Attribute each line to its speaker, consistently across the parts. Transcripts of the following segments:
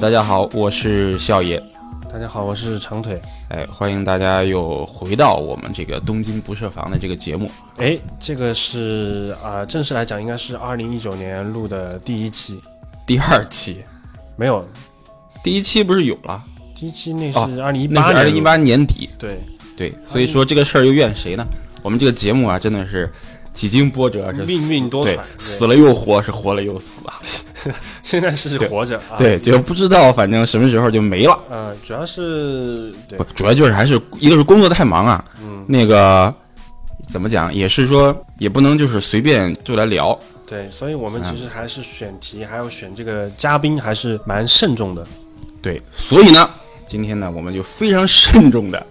Speaker 1: 大家好，我是笑爷。
Speaker 2: 大家好，我是长腿。
Speaker 1: 哎，欢迎大家又回到我们这个东京不设防的这个节目。
Speaker 2: 哎，这个是啊、呃正式来讲应该是二零一九年录的第一期，
Speaker 1: 第二期，
Speaker 2: 没有，
Speaker 1: 第一期不是有了，
Speaker 2: 第一期那
Speaker 1: 哦
Speaker 2: 是二零一
Speaker 1: 那
Speaker 2: 八
Speaker 1: 是
Speaker 2: 年，哎
Speaker 1: 二零一，八年底。
Speaker 2: 对，
Speaker 1: 对，所以说这个事儿又怨谁呢？我们这个节目啊，真的是几经波折，是死
Speaker 2: 命运多舛
Speaker 1: 对
Speaker 2: 对
Speaker 1: 死了又活，是活了又死啊。
Speaker 2: 现在是
Speaker 1: 对
Speaker 2: 活着啊，，
Speaker 1: 对，就不知道反正什么时候就没了。
Speaker 2: 呃，主要是对
Speaker 1: 不，主要就是还是一个是工作太忙啊，
Speaker 2: 嗯
Speaker 1: 那个怎么讲，也是说也不能就是随便就来聊，
Speaker 2: 对，所以我
Speaker 1: 嗯
Speaker 2: 们其实还是选题，还有选这个嘉宾还是蛮慎重的。
Speaker 1: 对，所以呢，今天呢，我们就非常慎重 的，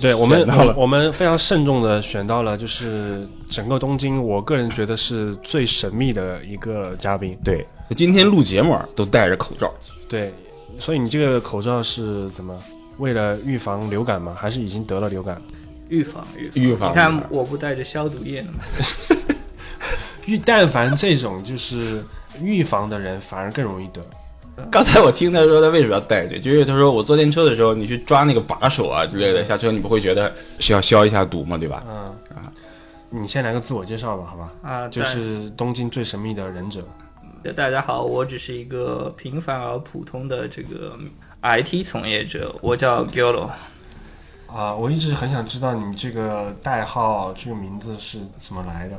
Speaker 2: 对我们
Speaker 1: 选到了
Speaker 2: 我，我们非常慎重的选到了，就是整个东京，我个人觉得是最神秘的一个嘉宾。
Speaker 1: 对，今天录节目啊都戴着口罩，
Speaker 2: 对，所以你这个口罩是怎么？为了预防流感吗？还是已经得了流感？
Speaker 3: 预防预
Speaker 1: 预防
Speaker 3: 你
Speaker 1: 预防
Speaker 3: 看我不带着消毒液呢吗？
Speaker 2: 预但凡这种就是预防的人，反而更容易得。
Speaker 1: 刚才我听他说他为什么要戴着，就是他说我坐电车的时候，你去抓那个把手啊之类的，下车你不会觉得是要消一下毒吗？对吧？
Speaker 2: 嗯你先来个自我介绍吧，好吧？
Speaker 3: 啊，
Speaker 2: 就
Speaker 3: 对
Speaker 2: 是东京最神秘的忍者。
Speaker 3: 大家好，我只是一个平凡而普通的这个 IT 从业者，我叫 Golo。
Speaker 2: 啊、我一直很想知道你这个代号、这个名字是怎么来的。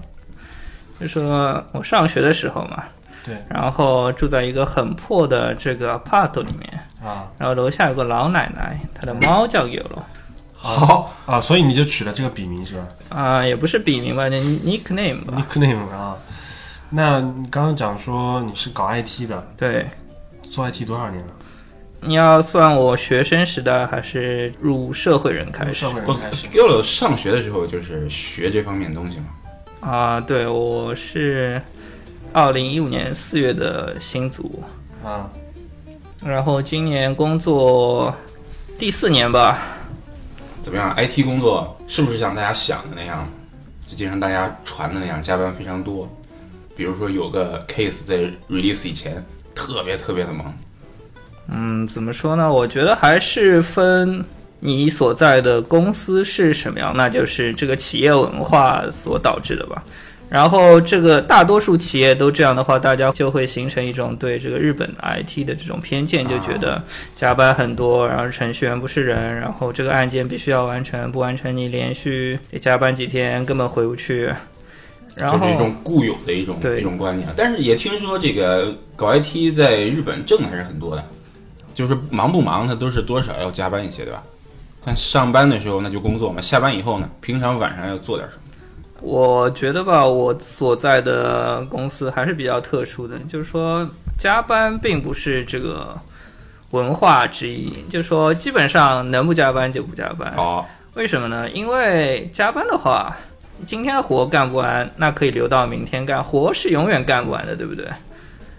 Speaker 3: 就说我上学的时候嘛，
Speaker 2: 对
Speaker 3: 然后住在一个很破的这个 apart 里面，
Speaker 2: 啊
Speaker 3: 然后楼下有个老奶奶，她的猫叫 Golo。
Speaker 1: 好，
Speaker 2: 啊，所以你就取了这个笔名是吧
Speaker 3: 啊、也不是笔名吧，那 nickname 吧，
Speaker 2: ？nickname 啊。那你刚刚讲说你是搞 IT 的，
Speaker 3: 对，
Speaker 2: 做 IT 多少年了？
Speaker 3: 你要算我学生时代还是入社会人开
Speaker 2: 从
Speaker 3: 始
Speaker 2: 社会
Speaker 1: 我
Speaker 2: 人开始。
Speaker 1: 给我上学的时候就是学这方面东西嘛。
Speaker 3: 啊、对，我是二零一五年四月的新组，
Speaker 2: 啊，
Speaker 3: 然后今年工作第四年吧，
Speaker 1: 怎么样？IT 工作是不是像大家想的那样，就经常大家传的那样，加班非常多？比如说有个 case 在 release 以前特别特别的忙，
Speaker 3: 嗯，怎么说呢？我觉得还是分你所在的公司是什么样，那就是这个企业文化所导致的吧。然后这个大多数企业都这样的话，大家就会形成一种对这个日本 IT 的这种偏见，就觉
Speaker 1: 啊
Speaker 3: 得加班很多，然后程序员不是人，然后这个案件必须要完成，不完成你连续得加班几天，根本回不去。然
Speaker 1: 这
Speaker 3: 后
Speaker 1: 是一种固有的一种
Speaker 3: 对
Speaker 1: 一种观念。但是也听说这个搞 IT 在日本挣的还是很多的，就是忙不忙，它都是多少要加班一些，对吧？但上班的时候那就工作嘛，下班以后呢，平常晚上要做点什么？
Speaker 3: 我觉得吧，我所在的公司还是比较特殊的，就是说加班并不是这个文化之一，就是说基本上能不加班就不加班。
Speaker 1: 哦，
Speaker 3: 为什么呢？因为加班的话，今天的活干不完，那可以留到明天干，活是永远干不完的，对不对？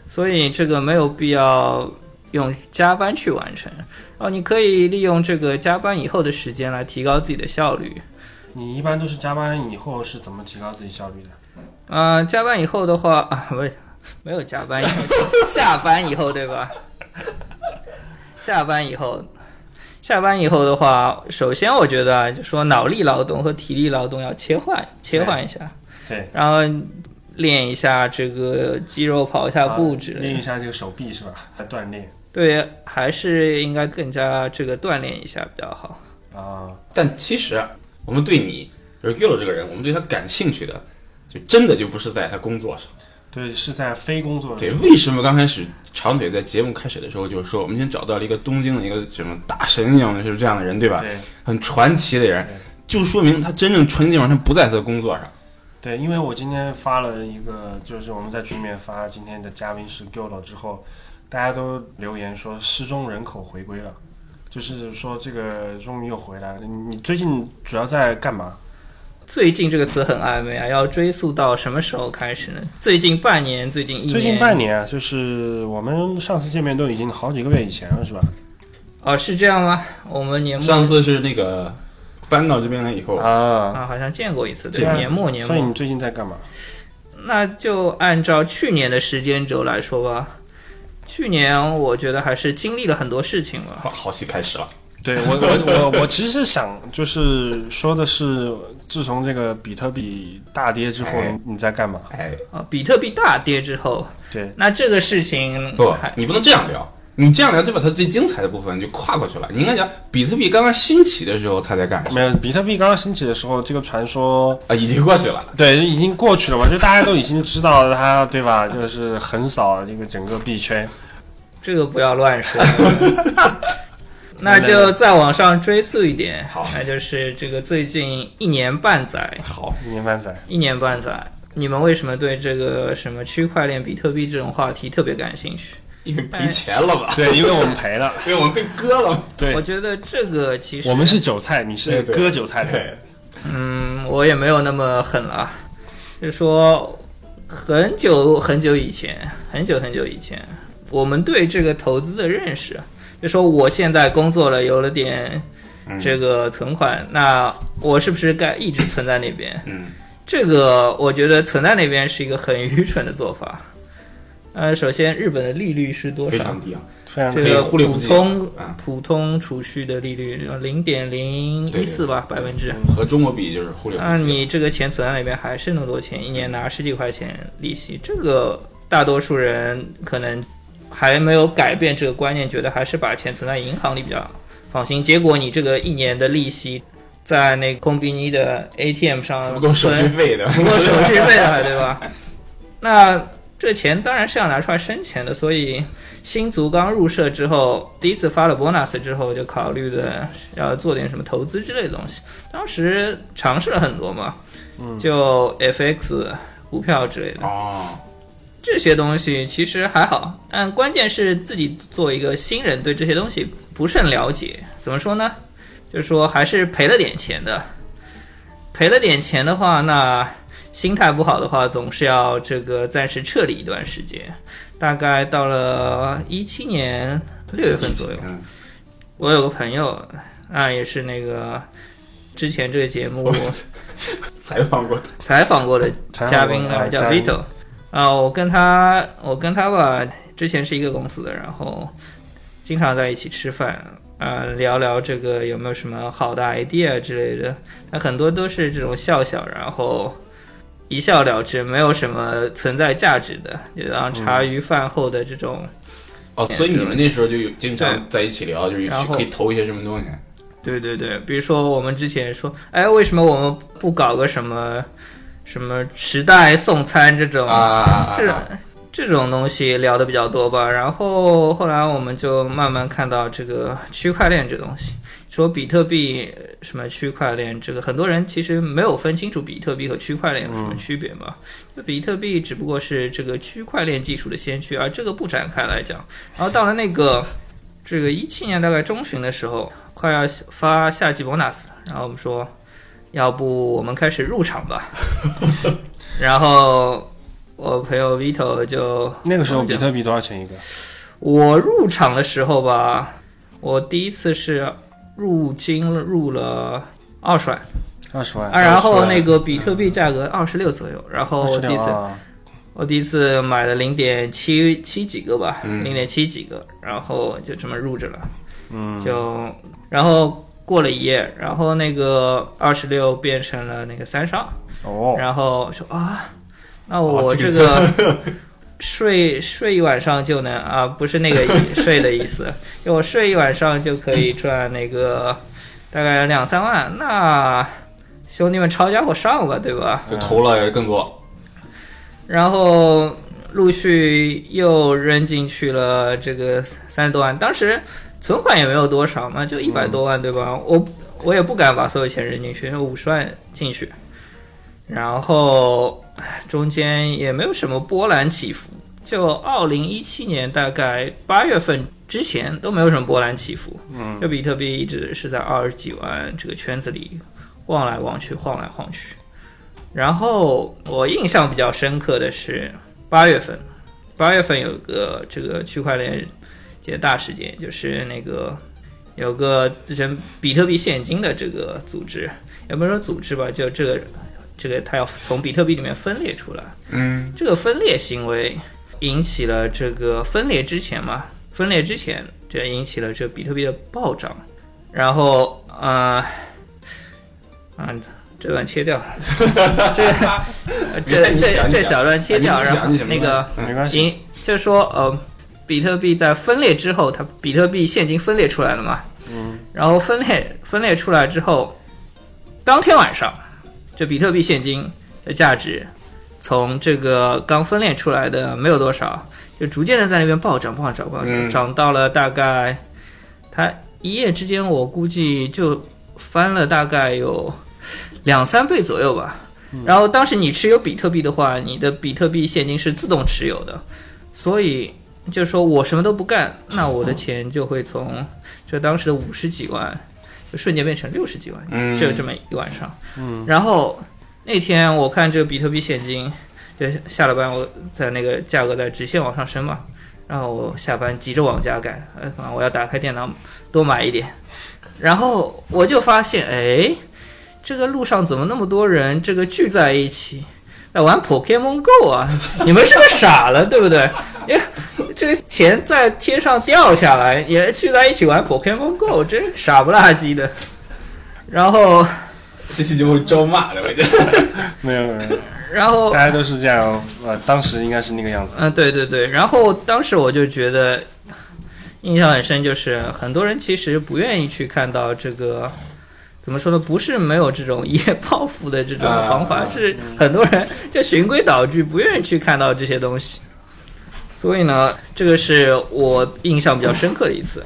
Speaker 3: 所以这个没有必要用加班去完成，然后你可以利用这个加班以后的时间来提高自己的效率。
Speaker 2: 你一般都是加班以后是怎么提高自己效率的？
Speaker 3: 呃，加班以后的话啊，不是没有加班以后， 下班以后对吧？下班以后，下班以后的话，首先我觉得啊，就说脑力劳动和体力劳动要切换切换一下，
Speaker 2: 对，
Speaker 3: 然后练一下这个肌肉，跑一下步之类
Speaker 2: 啊练一
Speaker 3: 的。
Speaker 2: 下这个手臂是吧？来锻炼
Speaker 3: 对，还是应该更加这个锻炼一下比较好。
Speaker 2: 啊。
Speaker 1: 但其实啊我们对你，就是 Gil 这个人，我们对他感兴趣的，就真的就不是在他工作上。
Speaker 2: 对，是在非工作
Speaker 1: 对
Speaker 2: 日，
Speaker 1: 为什么刚开始长腿在节目开始的时候就是说，我们先找到了一个东京的一个什么大神一样的，就是这样的人，对吧？
Speaker 2: 对
Speaker 1: 很传奇的人
Speaker 2: 对，
Speaker 1: 就说明他真正传奇地方，他不在他的工作上。
Speaker 2: 对，因为我今天发了一个，就是我们在群里面发今天的嘉宾是 g i l o 之后，大家都留言说失踪人口回归了，就是说这个终于又回来了。你你最近主要在干嘛？
Speaker 3: 最近这个词很暧昧啊，要追溯到什么时候开始呢？最近半年，最近一年，
Speaker 2: 最近半年啊，就是我们上次见面都已经好几个月以前了，是吧？
Speaker 3: 哦，是这样吗？我们年末
Speaker 1: 上次是那个搬到这边来以后，
Speaker 2: 啊，
Speaker 3: 啊，好像见过一次，对
Speaker 2: 对，啊
Speaker 3: 年末年
Speaker 2: 所以
Speaker 3: 末，
Speaker 2: 你最近在干嘛？
Speaker 3: 那就按照去年的时间轴来说吧。去年我觉得还是经历了很多事情了。
Speaker 1: 好好戏开始了。
Speaker 2: 对我我我我其实是想就是说的是，自从这个比特币大跌之后
Speaker 1: 哎，
Speaker 2: 你在干嘛？
Speaker 1: 哎，
Speaker 3: 啊，比特币大跌之后，
Speaker 2: 对，
Speaker 3: 那这个事情
Speaker 1: 不
Speaker 3: 还，
Speaker 1: 你不能这样聊。你这样聊就把它最精彩的部分就跨过去了。你应该讲比特币刚刚兴起的时候它在干什么
Speaker 2: 没有比特币刚刚兴起的时候，这个传说
Speaker 1: 啊，已经过去了。
Speaker 2: 对已经过去了嘛，就大家都已经知道它，对吧？就是横扫这个整个币圈。
Speaker 3: 这个不要 乱说。那就再往上追溯一点，
Speaker 1: 好
Speaker 3: 那就是这个最近一年半载，
Speaker 1: 好，
Speaker 2: 一年半载，
Speaker 3: 一年半载，你们为什么对这个什么区块链、比特币这种话题特别感兴趣？
Speaker 1: 因为赔钱了吧？
Speaker 2: 对，因为我们赔了，
Speaker 1: 因为我们被割了。
Speaker 3: 我
Speaker 2: 对，
Speaker 3: 觉得这个其实
Speaker 2: 我们是韭菜，你是
Speaker 1: 对对
Speaker 2: 割韭菜的。
Speaker 1: 对，
Speaker 3: 嗯，我也没有那么狠了，就说很久很久以前，很久很久以前，我们对这个投资的认识，就说我现在工作了，有了点
Speaker 1: 嗯
Speaker 3: 这个存款，那我是不是该一直存在那边？
Speaker 1: 嗯，
Speaker 3: 这个我觉得存在那边是一个很愚蠢的做法。呃，首先日本的利率是多
Speaker 1: 非
Speaker 3: 少
Speaker 1: 常？低啊。
Speaker 2: 非常
Speaker 3: 这
Speaker 1: 可以
Speaker 3: 个
Speaker 1: 忽略不
Speaker 3: 普
Speaker 1: 计
Speaker 3: 通
Speaker 1: 啊
Speaker 3: 普通储蓄的利率零点零一四吧，百分之。
Speaker 1: 和中国比就是忽略
Speaker 3: 那
Speaker 1: 不计。
Speaker 3: 啊你这个钱存在那边还是那么多钱，一年拿十几块钱利息，这个大多数人可能还没有改变这个观念，觉得还是把钱存在银行里比较放心。结果你这个一年的利息，在那个空比尼的 ATM 上
Speaker 1: 不够手续
Speaker 3: 存
Speaker 1: 费的，
Speaker 3: 不够手续费的啊还，对吧？那这钱当然是要拿出来生钱的，所以新足刚入社之后，第一次发了 bonus 之后，就考虑的要做点什么投资之类的东西。当时尝试了很多嘛，就 FX 股票之类的
Speaker 1: 哦，
Speaker 3: 这些东西，其实还好。但关键是自己做一个新人，对这些东西不甚了解。怎么说呢？就是说还是赔了点钱的。赔了点钱的话，那心态不好的话，总是要这个暂时撤离一段时间。大概到了一七年六月份左右，
Speaker 1: 嗯，
Speaker 3: 我有个朋友，啊，也是那个之前这个节目
Speaker 1: 采访过他，
Speaker 3: 采访过的嘉宾
Speaker 2: 啊，
Speaker 3: 呢叫
Speaker 2: 嘉宾
Speaker 3: Vito，啊，我跟他我跟他吧，之前是一个公司的，然后经常在一起吃饭，啊，聊聊这个有没有什么好的 idea 之类的，那很多都是这种笑笑，然后一笑了之，没有什么存在价值的，然后茶
Speaker 2: 嗯
Speaker 3: 余饭后的这种，
Speaker 1: 哦，所以你们那时候就有经常在一起聊，就是
Speaker 3: 然后
Speaker 1: 可以投一些什么东西。
Speaker 3: 对对对，比如说我们之前说，哎，为什么我们不搞个什么什么时代送餐这种
Speaker 1: 啊啊啊！
Speaker 3: 这
Speaker 1: 啊
Speaker 3: 这种东西聊的比较多吧。然后后来我们就慢慢看到这个区块链这东西，说比特币呃什么区块链，这个很多人其实没有分清楚比特币和区块链有什么区别嘛。那比特币只不过是这个区块链技术的先驱，而这个不展开来讲。然后到了那个这个一七年大概中旬的时候，快要发夏季 bonus，了然后我们说，要不我们开始入场 吧。然后我朋友 Vito 就
Speaker 2: 那个时候比特币多少钱一个？
Speaker 3: 我入场的时候吧，我第一次是入金入了二十万，
Speaker 2: 二十万。
Speaker 3: 啊，然后那
Speaker 2: 个
Speaker 3: 个比特币价格二十六左啊右，然后我第一次
Speaker 2: 啊
Speaker 3: 我第一次买了零点七七几个吧，
Speaker 1: 嗯
Speaker 3: 零点七几个，然后就这么入着了，
Speaker 2: 嗯，
Speaker 3: 就然后过了一夜，然后那个二十六变成了那个三十二，
Speaker 2: 哦，
Speaker 3: 然后说啊，那
Speaker 1: 哦
Speaker 3: 我
Speaker 1: 这
Speaker 3: 这个 睡睡一晚上就能啊，不是那个意睡的意 思，就我睡一晚上就可以赚那个大概两三万，那兄弟们抄家伙上吧，对吧？
Speaker 1: 就投了更多，
Speaker 3: 然后陆续又扔进去了这个三十多万，当时存款也没有多少嘛，就一百多万，对吧？我我也不敢把所有钱扔进去，五十万进去，然后唉中间也没有什么波澜起伏，就二零一七年大概八月份之前都没有什么波澜起伏，
Speaker 2: 嗯，
Speaker 3: 就比特币一直是在二十几万这个圈子里晃来晃去，晃来晃去。然后我印象比较深刻的是八月份，八月份有个这个区块链界大事件，就是那个有个自称比特币现金的这个组织，也不是说组织吧，就这个这个它要从比特币里面分裂出来。
Speaker 1: 嗯，
Speaker 3: 这个分裂行为引起了这个分裂之前嘛，分裂之前这引起了这比特币的暴涨，然后呃，嗯，这段切掉， 这这这这小段切
Speaker 2: 啊
Speaker 3: 掉，然后那个
Speaker 2: 没关系，
Speaker 3: 引就是说呃，比特币在分裂之后，它比特币现金分裂出来了嘛，
Speaker 2: 嗯，
Speaker 3: 然后分裂分裂出来之后，当天晚上，这比特币现金的价值从这个刚分裂出来的没有多少，就逐渐的在那边暴涨暴涨暴涨，
Speaker 1: 嗯
Speaker 3: 涨到了大概它一夜之间，我估计就翻了大概有两三倍左右吧。然后当时你持有比特币的话，你的比特币现金是自动持有的，所以就说我什么都不干，那我的钱就会从就当时的五十几万，就瞬间变成六十几万，
Speaker 1: 嗯
Speaker 3: 就这么一晚上。
Speaker 2: 嗯，
Speaker 3: 然后那天我看这个比特币现金，就下了班我在那个价格在直线往上升嘛，然后我下班急着往家赶，哎妈，我要打开电脑多买一点，然后我就发现，哎，这个路上怎么那么多人这个聚在一起？在玩 Pokemon Go 啊！ 你们是不是傻了，对不对？因为这个钱在天上掉下来，也聚在一起玩 Pokemon Go，真是傻不拉几的。然后，
Speaker 1: 这期节目招骂的，我觉得。
Speaker 2: 没有没有，
Speaker 3: 然后
Speaker 2: 大家都是这样，呃，当时应该是那个样子，
Speaker 3: 嗯，对对对。然后当时我就觉得印象很深，就是很多人其实不愿意去看到这个，怎么说呢？不是没有这种一夜暴富的这种
Speaker 1: 啊
Speaker 3: 方法，是很多人就循规蹈矩，不愿意去看到这些东西。所以呢，这个是我印象比较深刻的一次。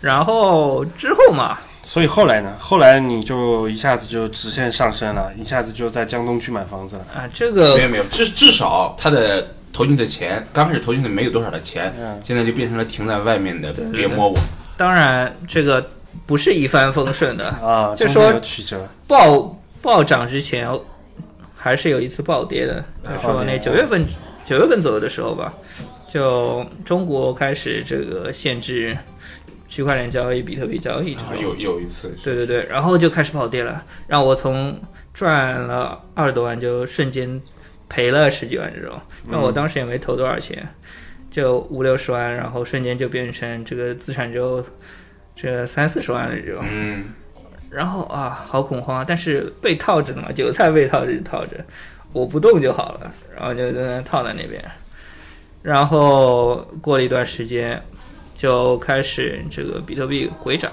Speaker 3: 然后之后嘛，
Speaker 2: 所以后来呢，后来你就一下子就直线上升了，一下子就在江东区买房子了，
Speaker 3: 啊，这个
Speaker 1: 没有没有，至至少他的投进去的钱，刚开始投进去没有多少的钱，
Speaker 2: 嗯
Speaker 1: 现在就变成了停在外面的，
Speaker 3: 对
Speaker 1: 别摸我。
Speaker 3: 当然这个不是一帆风顺的，
Speaker 2: 啊，
Speaker 3: 就
Speaker 2: 中
Speaker 3: 说
Speaker 2: 间有曲折，
Speaker 3: 暴暴涨之前，还是有一次暴跌的。他
Speaker 2: 暴
Speaker 3: 说那
Speaker 2: 跌嗯
Speaker 3: 九月份九月份左右的时候吧，就中国开始这个限制区块链交易、比特币交易这
Speaker 2: 啊
Speaker 1: 然后
Speaker 3: 种。
Speaker 1: 有有一次是，
Speaker 3: 嗯对对对，然后就开始暴跌了，让我从赚了二十多万就瞬间赔了十几万这种。那
Speaker 2: 嗯
Speaker 3: 我当时也没投多少钱，就五六十万，然后瞬间就变成这个资产只有这三四十万的这种。
Speaker 1: 嗯，
Speaker 3: 然后啊，好恐慌啊！但是被套着的嘛，韭菜被套着套着，我不动就好了，然后就在那套在那边。然后过了一段时间，就开始这个比特币回涨，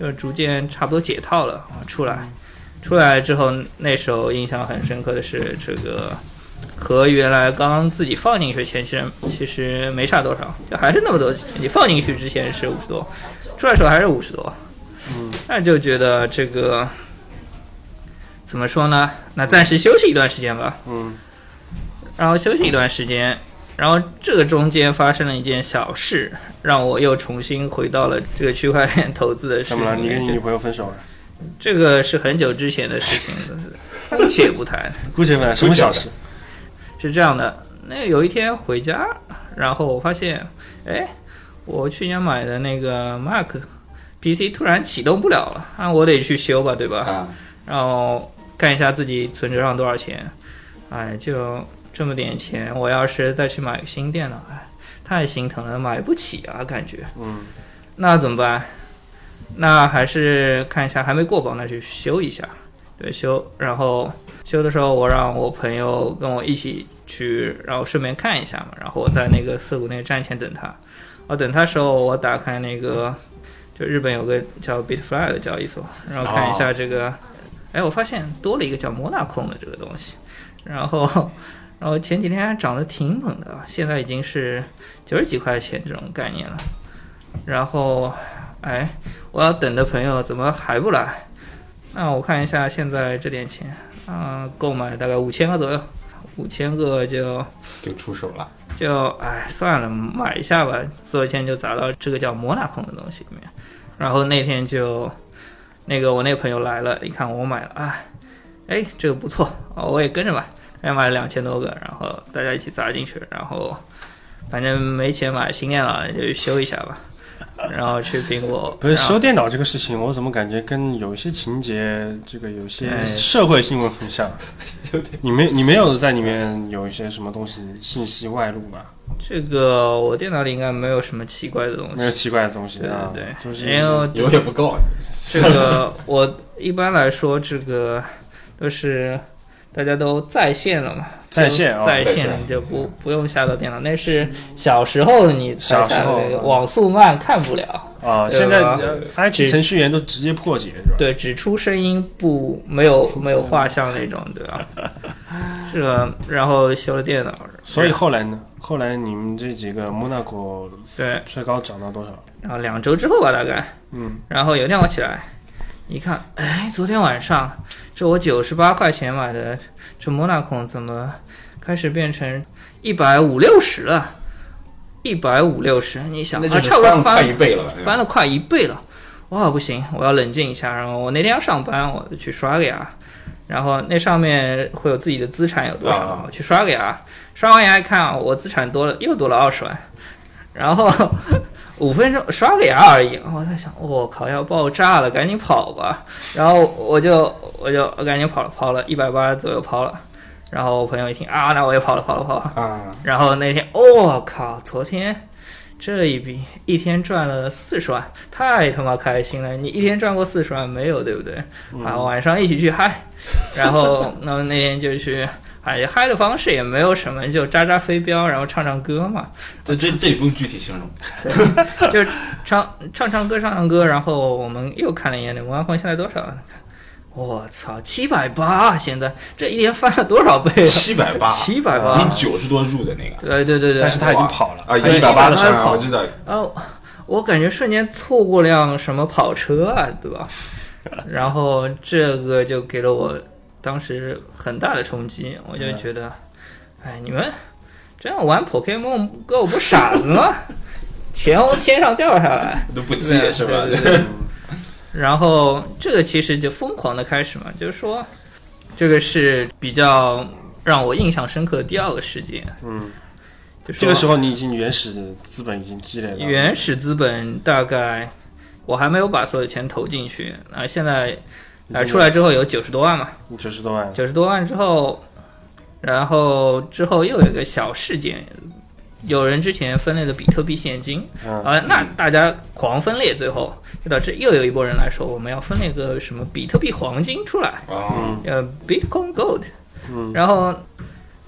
Speaker 3: 就逐渐差不多解套了啊，出来。出来之后，那时候印象很深刻的是这个。和原来刚自己放进去的钱其实其实没差多少，就还是那么多钱。你放进去之前是五十多，出来的时候还是五十多，那就觉得这个怎么说呢？那暂时休息一段时间吧。
Speaker 2: 嗯
Speaker 3: 然后休息一段时间，然后这个中间发生了一件小事，让我又重新回到了这个区块链投资的事
Speaker 2: 怎
Speaker 3: 情
Speaker 2: 么了？
Speaker 3: 里
Speaker 2: 你跟
Speaker 3: 面。
Speaker 2: 你女
Speaker 3: 这
Speaker 2: 朋友分手了？
Speaker 3: 这个是很久之前的事 情了，姑且不谈。
Speaker 2: 姑且啊本来什么小事？
Speaker 3: 是这样的，那有一天回家，然后我发现，哎，我去年买的那个 Mac PC 突然启动不了了，那我得去修吧，对吧？
Speaker 1: 啊，
Speaker 3: 然后看一下自己存折上多少钱，哎，就这么点钱，我要是再去买个新电脑，哎，太心疼了，买不起啊，感觉。
Speaker 2: 嗯，
Speaker 3: 那怎么办？那还是看一下，还没过保，那就修一下。对，修，然后修的时候，我让我朋友跟我一起去，然后顺便看一下嘛。然后我在那个涩谷那个站前等他。我等他时候，我打开那个，就日本有个叫 Bitfly 的交易所，然后看一下这个，哎，我发现多了一个叫摩纳控的这个东西。然后， 然后前几天还涨得挺猛的，现在已经是九十几块钱这种概念了。然后，哎，我要等的朋友怎么还不来？那我看一下现在这点钱，啊、购买大概五千个左右，五千个就
Speaker 1: 就出手了。
Speaker 3: 就哎算了，买一下吧。所有钱就砸到这个叫摩纳控的东西里面。然后那天就那个我那朋友来了，一看我买了，哎哎这个不错，哦我也跟着买，他也买了两千多个，然后大家一起砸进去，然后反正没钱买新电脑了，就修一下吧。然后去苹果，
Speaker 2: 不是
Speaker 3: 然后
Speaker 2: 修电脑这个事情，我怎么感觉跟有一些情节，这个有些
Speaker 3: 哎
Speaker 2: 社会新闻很 像？你没你没有在里面有一些什么东西信息外露吧？
Speaker 3: 这个我电脑里应该没有什么奇怪的东
Speaker 2: 没有
Speaker 3: 西。
Speaker 2: 奇怪的东西
Speaker 3: 对
Speaker 2: 啊？
Speaker 3: 对哎
Speaker 2: 就
Speaker 3: 对，
Speaker 2: 是
Speaker 3: 因为
Speaker 1: 有也不够，
Speaker 3: 这个 我一般来说这个都是大家都在线了嘛，
Speaker 2: 在线啊
Speaker 3: 就在
Speaker 1: 在
Speaker 3: 线
Speaker 1: 线
Speaker 3: 就不不用下到电脑，那是小时候你才
Speaker 2: 小时
Speaker 3: 下的
Speaker 2: 候嗯
Speaker 3: 那个网速慢看不了，
Speaker 2: 啊，
Speaker 3: 对
Speaker 2: 现在
Speaker 3: 吧
Speaker 2: 呃 IT
Speaker 3: 只
Speaker 2: 程序员都直接破解是吧？
Speaker 3: 对，只出声音不没有没有画像那种，对吧？这个然后修了电脑，
Speaker 2: 所以后来呢？后来你们这几个摩纳哥
Speaker 3: 对，
Speaker 2: 最高涨到多少？
Speaker 3: 然后两周之后吧，大概
Speaker 2: 嗯，
Speaker 3: 然后有一天我起来一看，哎，昨天晚上这我九十八块钱买的这摩纳孔怎么开始变成一百五六十了？一百五六十，你想
Speaker 1: 那
Speaker 3: 啊，
Speaker 1: 就是
Speaker 3: 差不多
Speaker 1: 了快
Speaker 3: 翻
Speaker 1: 一倍了吧？
Speaker 3: 翻了快一倍了。哇，不行，我要冷静一下。然后我那天要上班，我就去刷个牙，然后那上面会有自己的资产有多少，
Speaker 1: 啊
Speaker 3: 我去刷个牙。刷完牙一看啊，我资产多了，又多了二十万。然后 五分钟刷个牙而已，我在想，我、靠，要爆炸了，赶紧跑吧。然后我就我就赶紧跑了，跑了一百八左右跑了。然后我朋友一听啊，那我也跑了，跑了，跑了。
Speaker 1: 啊，
Speaker 3: 然后那天，我、靠，昨天这一笔一天赚了四十万，太他妈开心了！你一天赚过四十万没有？对不对？啊，晚上一起去嗨，然后那么那天就去。哎，嗨的方式也没有什么，就扎扎飞镖，然后唱唱歌 嘛，
Speaker 1: 这这这也不用具体形容，
Speaker 3: 就唱唱唱歌，唱唱歌。然后我们又看了一眼那文安坤现在多少？看我操，七百八！现在这一天翻了多少倍啊？
Speaker 1: 七百八，
Speaker 3: 七百八！
Speaker 1: 你九十多入的那个
Speaker 3: 对对对对，
Speaker 2: 但是他已经跑了
Speaker 1: 啊，
Speaker 3: 对
Speaker 1: 一百八
Speaker 3: 180
Speaker 1: 的时候
Speaker 3: 跑
Speaker 1: 我知道，
Speaker 3: 哦，我感觉瞬间错过辆什么跑车啊，对吧？然后这个就给了我当时很大的冲击，我
Speaker 2: 嗯
Speaker 3: 就觉得，哎，你们这样玩 Pokemon Go 不傻子吗？钱从天上掉下来，
Speaker 1: 都不
Speaker 3: 对
Speaker 1: 接
Speaker 3: 啊
Speaker 1: 是吧？
Speaker 3: 对对对然后这个其实就疯狂的开始嘛，就是说，这个是比较让我印象深刻的第二个事件。
Speaker 2: 嗯，
Speaker 3: 就说
Speaker 2: 这个时候你已经原始资本已经积累了，
Speaker 3: 原始资本大概我还没有把所有钱投进去啊，现在啊、出来之后有九十多万嘛，
Speaker 2: 九十多万，
Speaker 3: 九十多万之后，然后之后又有一个小事件，有人之前分类的比特币现金
Speaker 2: 嗯
Speaker 3: 啊，那大家狂分裂，最后就导致又有一波人来说我们要分裂个什么比特币黄金出来，
Speaker 1: 啊，
Speaker 3: 呃，Bitcoin Gold，
Speaker 2: 嗯
Speaker 3: 然后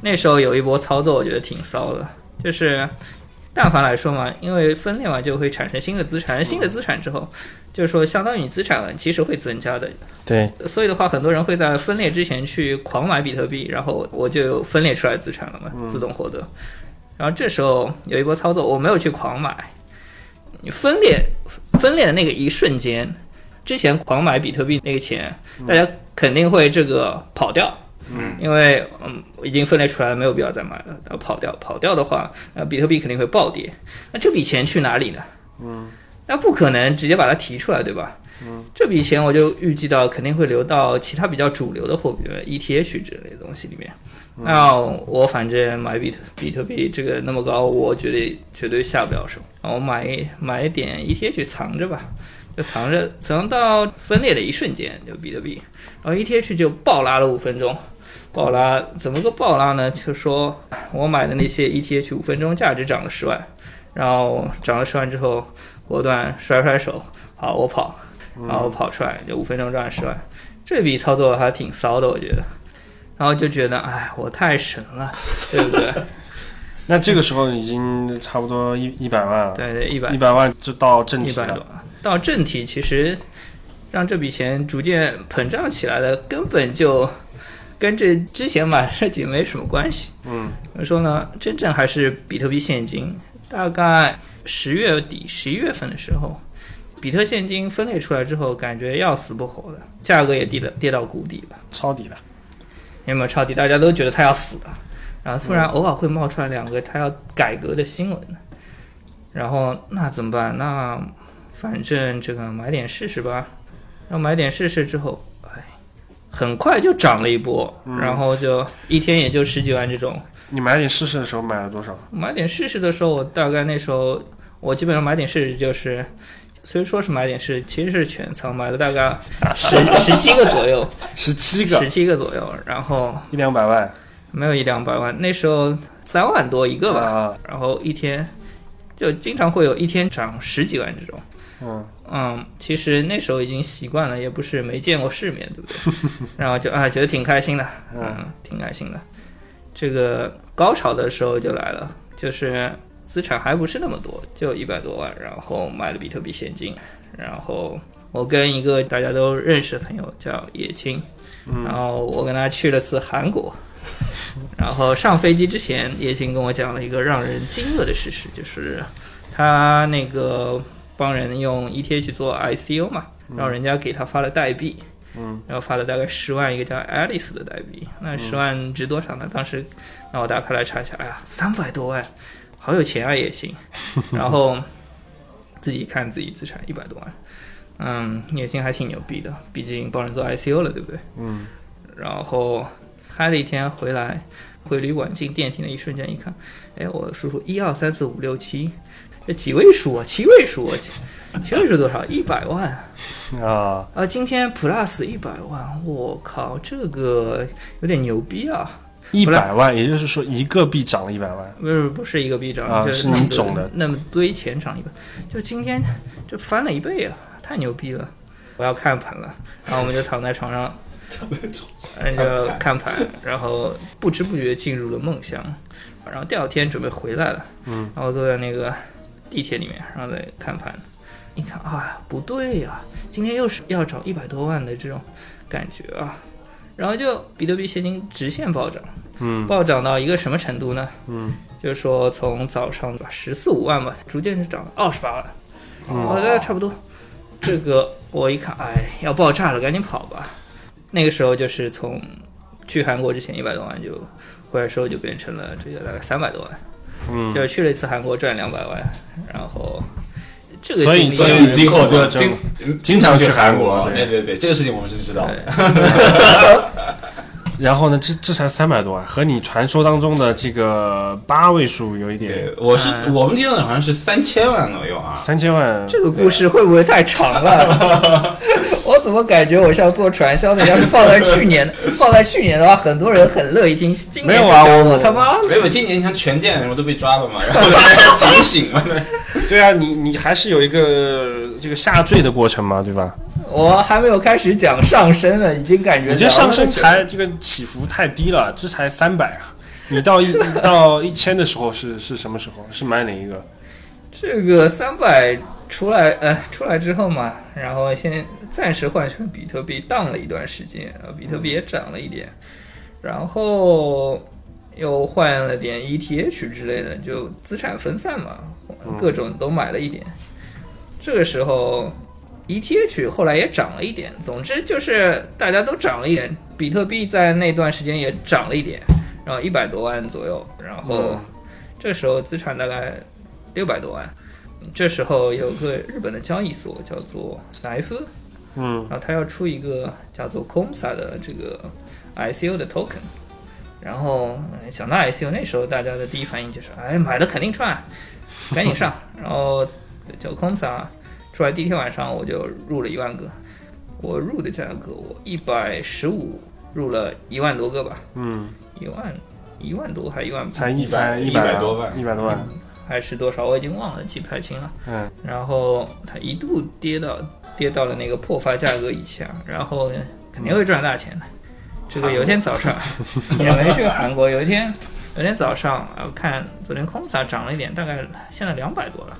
Speaker 3: 那时候有一波操作，我觉得挺骚的，就是但凡来说嘛，因为分裂嘛就会产生新的资产，新的资产之后，就是说相当于你资产其实会增加的，
Speaker 2: 对，
Speaker 3: 所以的话，很多人会在分裂之前去狂买比特币，然后我就有分裂出来资产了嘛，自动获得。然后这时候有一波操作，我没有去狂买，你分裂分裂的那个一瞬间，之前狂买比特币那个钱，大家肯定会这个跑掉。
Speaker 1: 嗯，
Speaker 3: 因为嗯已经分裂出来了，没有必要再买了。然后跑掉，跑掉的话，那比特币肯定会暴跌。那这笔钱去哪里呢？那不可能直接把它提出来，对吧？嗯，这笔钱我就预计到肯定会流到其他比较主流的货币，比如 ETH 之类的东西里面。那我反正买比特比特币这个那么高，我绝对绝对下不了手。我买买一点 E ETH 藏着吧，就藏着，藏到分裂的一瞬间，就比特币，然后 ETH 就暴拉了五分钟。暴拉怎么个暴拉呢？就说我买的那些 ETH 五分钟价值涨了十万，然后涨了十万之后，果断甩甩手，好，我跑，然后跑出来就五分钟赚十万，这笔操作还挺骚的，我觉得。然后就觉得，哎，我太神了，对不对？
Speaker 2: 那这个时候已经差不多一一百万了，
Speaker 3: 对对，一百
Speaker 2: 一百万就到正
Speaker 3: 一
Speaker 2: 题啊
Speaker 3: 百多
Speaker 2: 了，
Speaker 3: 到正题，其实让这笔钱逐渐膨胀起来的，根本就跟这之前买设计没什么关系。
Speaker 2: 嗯，
Speaker 3: 怎么说呢？真正还是比特币现金，大概十月底、十一月份的时候，比特现金分裂出来之后，感觉要死不活的，价格也跌了，跌到谷底了。
Speaker 2: 抄底了，
Speaker 3: 有没有抄底？大家都觉得它要死了，然后突然偶尔会冒出来两个它要改革的新闻，然后那怎么办？那反正这个买点试试吧。然后买点试试之后，哎，很快就涨了一波，
Speaker 2: 嗯
Speaker 3: 然后就一天也就十几万这种。
Speaker 2: 你买点试试的时候买了多少？
Speaker 3: 买点试试的时候，我大概那时候我基本上买点试试就是虽说是买点是，其实是全仓买了大概十十七个左右，
Speaker 2: 十七个
Speaker 3: 十七个左右，然后
Speaker 2: 一两百万
Speaker 3: 没有一两百万，那时候三万多一个吧，
Speaker 2: 啊，
Speaker 3: 然后一天就经常会有一天涨十几万这种。
Speaker 2: 嗯，
Speaker 3: 嗯，其实那时候已经习惯了，也不是没见过世面，对不对？ 然后就啊，觉得挺开心的，嗯，挺开心的。这个高潮的时候就来了，就是资产还不是那么多，就一百多万，然后买了比特币现金，然后我跟一个大家都认识的朋友叫野青，
Speaker 2: 嗯
Speaker 3: 然后我跟他去了次韩国。然后上飞机之前，野青跟我讲了一个让人惊愕的事实，就是他那个帮人用 ETH 去做 ICO 嘛，然后人家给他发了代币，
Speaker 2: 嗯，
Speaker 3: 然后发了大概十万一个叫 Alice 的代币，那十万值多少呢？当时让我打开来查一下，哎呀，三百多万，好有钱啊 也行，然后自己看自己资产一百多万，嗯，也行还挺牛逼的，毕竟帮人做 ICO 了，对不对？
Speaker 2: 嗯，
Speaker 3: 然后嗨了一天回来，回旅馆进电梯那一瞬间一看，哎，我数数一二三四五六七，这几位数啊？七位数啊？七七位数多少？一百万。
Speaker 2: 啊，
Speaker 3: 啊，今天 plus 一百万，我靠，这个有点牛逼啊！
Speaker 2: 一百万，也就是说一个币涨了一百万，
Speaker 3: 不是不是一个币涨，
Speaker 2: 啊
Speaker 3: 就是那么
Speaker 2: 你
Speaker 3: 多
Speaker 2: 种的
Speaker 3: 那么堆钱涨一个，就今天就翻了一倍啊，太牛逼了！我要看盘了，然后我们就躺在床上，然后就看盘，然后不知不觉进入了梦乡，然后第二天准备回来了，
Speaker 2: 嗯，
Speaker 3: 然后坐在那个地铁里面，然后再看盘，一看啊，不对呀、今天又是要涨一百多万的这种感觉啊，然后就比特币现金直线暴涨，
Speaker 2: 嗯
Speaker 3: 暴涨到一个什么程度呢？
Speaker 2: 嗯，
Speaker 3: 就是说从早上吧十四五万吧，逐渐是涨到二十八万，
Speaker 2: 嗯
Speaker 3: 我觉得差不多。这个我一看，哎，要爆炸了，赶紧跑吧。那个时候就是从去韩国之前一百多万就，回来时候就变成了这个大概三百多万，
Speaker 2: 嗯
Speaker 3: 就，是去了一次韩国赚两百万，然后这
Speaker 2: 嗯
Speaker 3: 个
Speaker 2: 所以
Speaker 3: 经历
Speaker 1: 所以
Speaker 2: 对
Speaker 1: 你今后就
Speaker 2: 经
Speaker 1: 经
Speaker 2: 经常去韩
Speaker 1: 国
Speaker 2: 国，对
Speaker 1: 对对对，这个事情我们是知道的。
Speaker 3: 对
Speaker 2: 然后呢，这这才三百多万，和你传说当中的这个八位数有一点
Speaker 1: 对，我是
Speaker 3: 哎
Speaker 1: 我们听到的好像是三千万左右啊，
Speaker 2: 三千万，
Speaker 3: 这个故事会不会太长了？
Speaker 2: 啊
Speaker 3: 我怎么感觉我像做传销的？要是放在去年， 放在去年的话，很多人很乐意听。今年
Speaker 2: 没有啊
Speaker 3: 就讲
Speaker 2: 我
Speaker 3: 我他妈
Speaker 1: 没有，今年你像权健什么都被抓了 嘛，然后大家警醒嘛，对
Speaker 2: 对啊，你你还是有一个这个下坠的过程嘛，对吧？
Speaker 3: 我还没有开始讲上升呢，已经感觉
Speaker 2: 你这上升
Speaker 3: 才
Speaker 2: 才这个起伏太低了，这才三百啊！你到一到一千的时候是是什么时候？是买哪一个？
Speaker 3: 这个三百出来，呃，出来之后嘛，然后先暂时换成比特币，荡了一段时间，呃，比特币也涨了一点，然后又换了点 ETH 之类的，就资产分散嘛，各种都买了一点。这个时候 E ETH 后来也涨了一点，总之就是大家都涨了一点，比特币在那段时间也涨了一点，然后一百多万左右，然后
Speaker 2: 嗯
Speaker 3: 这时候资产大概六百多万。这时候有个日本的交易所叫做莱夫，
Speaker 2: 嗯
Speaker 3: 然后它要出一个叫做 Comsa 的这个 ICO 的 token，然后嗯想到 ICO，那时候大家的第一反应就是，哎，买了肯定赚，赶紧 上。然后就 Comsa 出来第一天晚上我就入了一万个，我入的价格我一百十五入了一万多个吧，
Speaker 2: 嗯，
Speaker 3: 一万一万多还一万
Speaker 2: 才一
Speaker 1: 一百
Speaker 2: 才一
Speaker 1: 一百多万
Speaker 2: 一百多万。
Speaker 3: 还是多少，我已经忘了，记不太清了。
Speaker 2: 嗯，
Speaker 3: 然后它一度跌到跌到了那个破发价格以下，然后肯定会赚大钱的。这个有一天早上， 也没去韩国，有一天有一天早上，呃，看昨天空萨涨了一点，大概现在两百多了。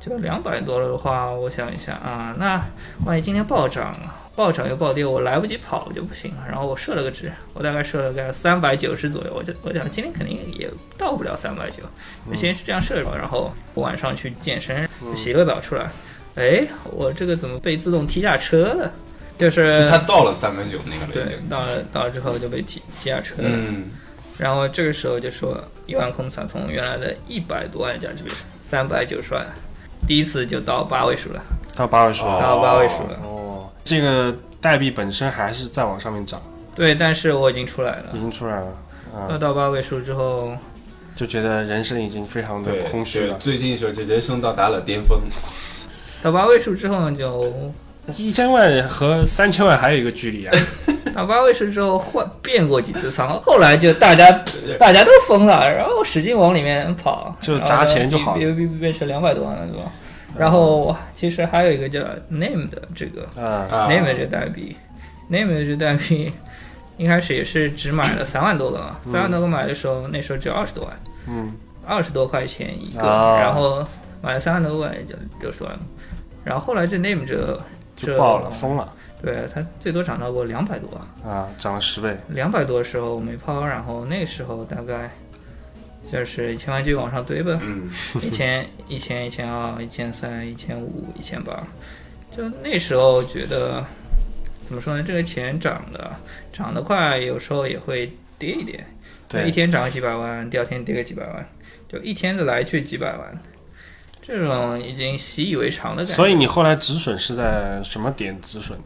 Speaker 3: 就两百多了的话，我想一下啊，那万一今天暴涨，暴涨又暴跌，我来不及跑就不行了。然后我设了个值，我大概设了个三百九十左右，我就我想今天肯定也到不了三百九，就先是这样设了。然后我晚上去健身，就洗了个澡出来，哎，我这个怎么被自动踢下车了？就是
Speaker 1: 他到了三百九那个了已
Speaker 3: 对
Speaker 1: 经，。
Speaker 3: 到了到了之后就被踢踢下车了。
Speaker 1: 嗯，
Speaker 3: 然后这个时候就说一万空仓从原来的一百多万价值三百九十万，第一次就到八位数了，
Speaker 2: 到八位数
Speaker 1: 哦
Speaker 2: 了。
Speaker 3: 到八位数了。
Speaker 2: 哦，这个代币本身还是在往上面涨，
Speaker 3: 对，但是我已经出来
Speaker 2: 已
Speaker 3: 了。
Speaker 2: 经出来了。
Speaker 3: 要
Speaker 2: 嗯，
Speaker 3: 到八位数之后，
Speaker 2: 就觉得人生已经非常的
Speaker 1: 对，
Speaker 2: 空虚
Speaker 1: 对
Speaker 2: 了。
Speaker 1: 最近说这人生到达了巅峰，
Speaker 3: 到八位数之后呢，就
Speaker 2: 一千万和三千万还有一个距离啊！
Speaker 3: 到八位数之后换变过几次仓，后来就大家大家都疯了，然后使劲往里面跑，
Speaker 2: 就砸钱就好了嗯
Speaker 3: 然后呢变变变成两百多万了，对吧？然后其实还有一个叫 name 的这个
Speaker 2: 啊，
Speaker 1: 啊
Speaker 3: name 的这个代币，name 的这个代币一开始也是只买了三万多个嘛，三万多个买的时候那时候只有二十多万，
Speaker 2: 嗯，
Speaker 3: 二十多块钱一个，
Speaker 2: 啊
Speaker 3: 然后买了三万多块也就六十万了，然后后来这 name 这嗯
Speaker 2: 就爆了，疯了
Speaker 3: 对它最多涨到过两百多啊，
Speaker 2: 啊，涨了十倍，
Speaker 3: 两百多的时候我没抛，然后那个时候大概就是一千万就往上堆吧，
Speaker 1: 嗯，
Speaker 3: 一千、一千、一千二、一千三、一千五、一千八，就那时候觉得怎么说呢？这个钱涨的涨得快，有时候也会跌一点，一
Speaker 2: 对，
Speaker 3: 天涨个几百万，第二天跌个几百万，就一天的来去几百万，这种已经习以为常的感觉。
Speaker 2: 所以你后来止损是在什么点止损的？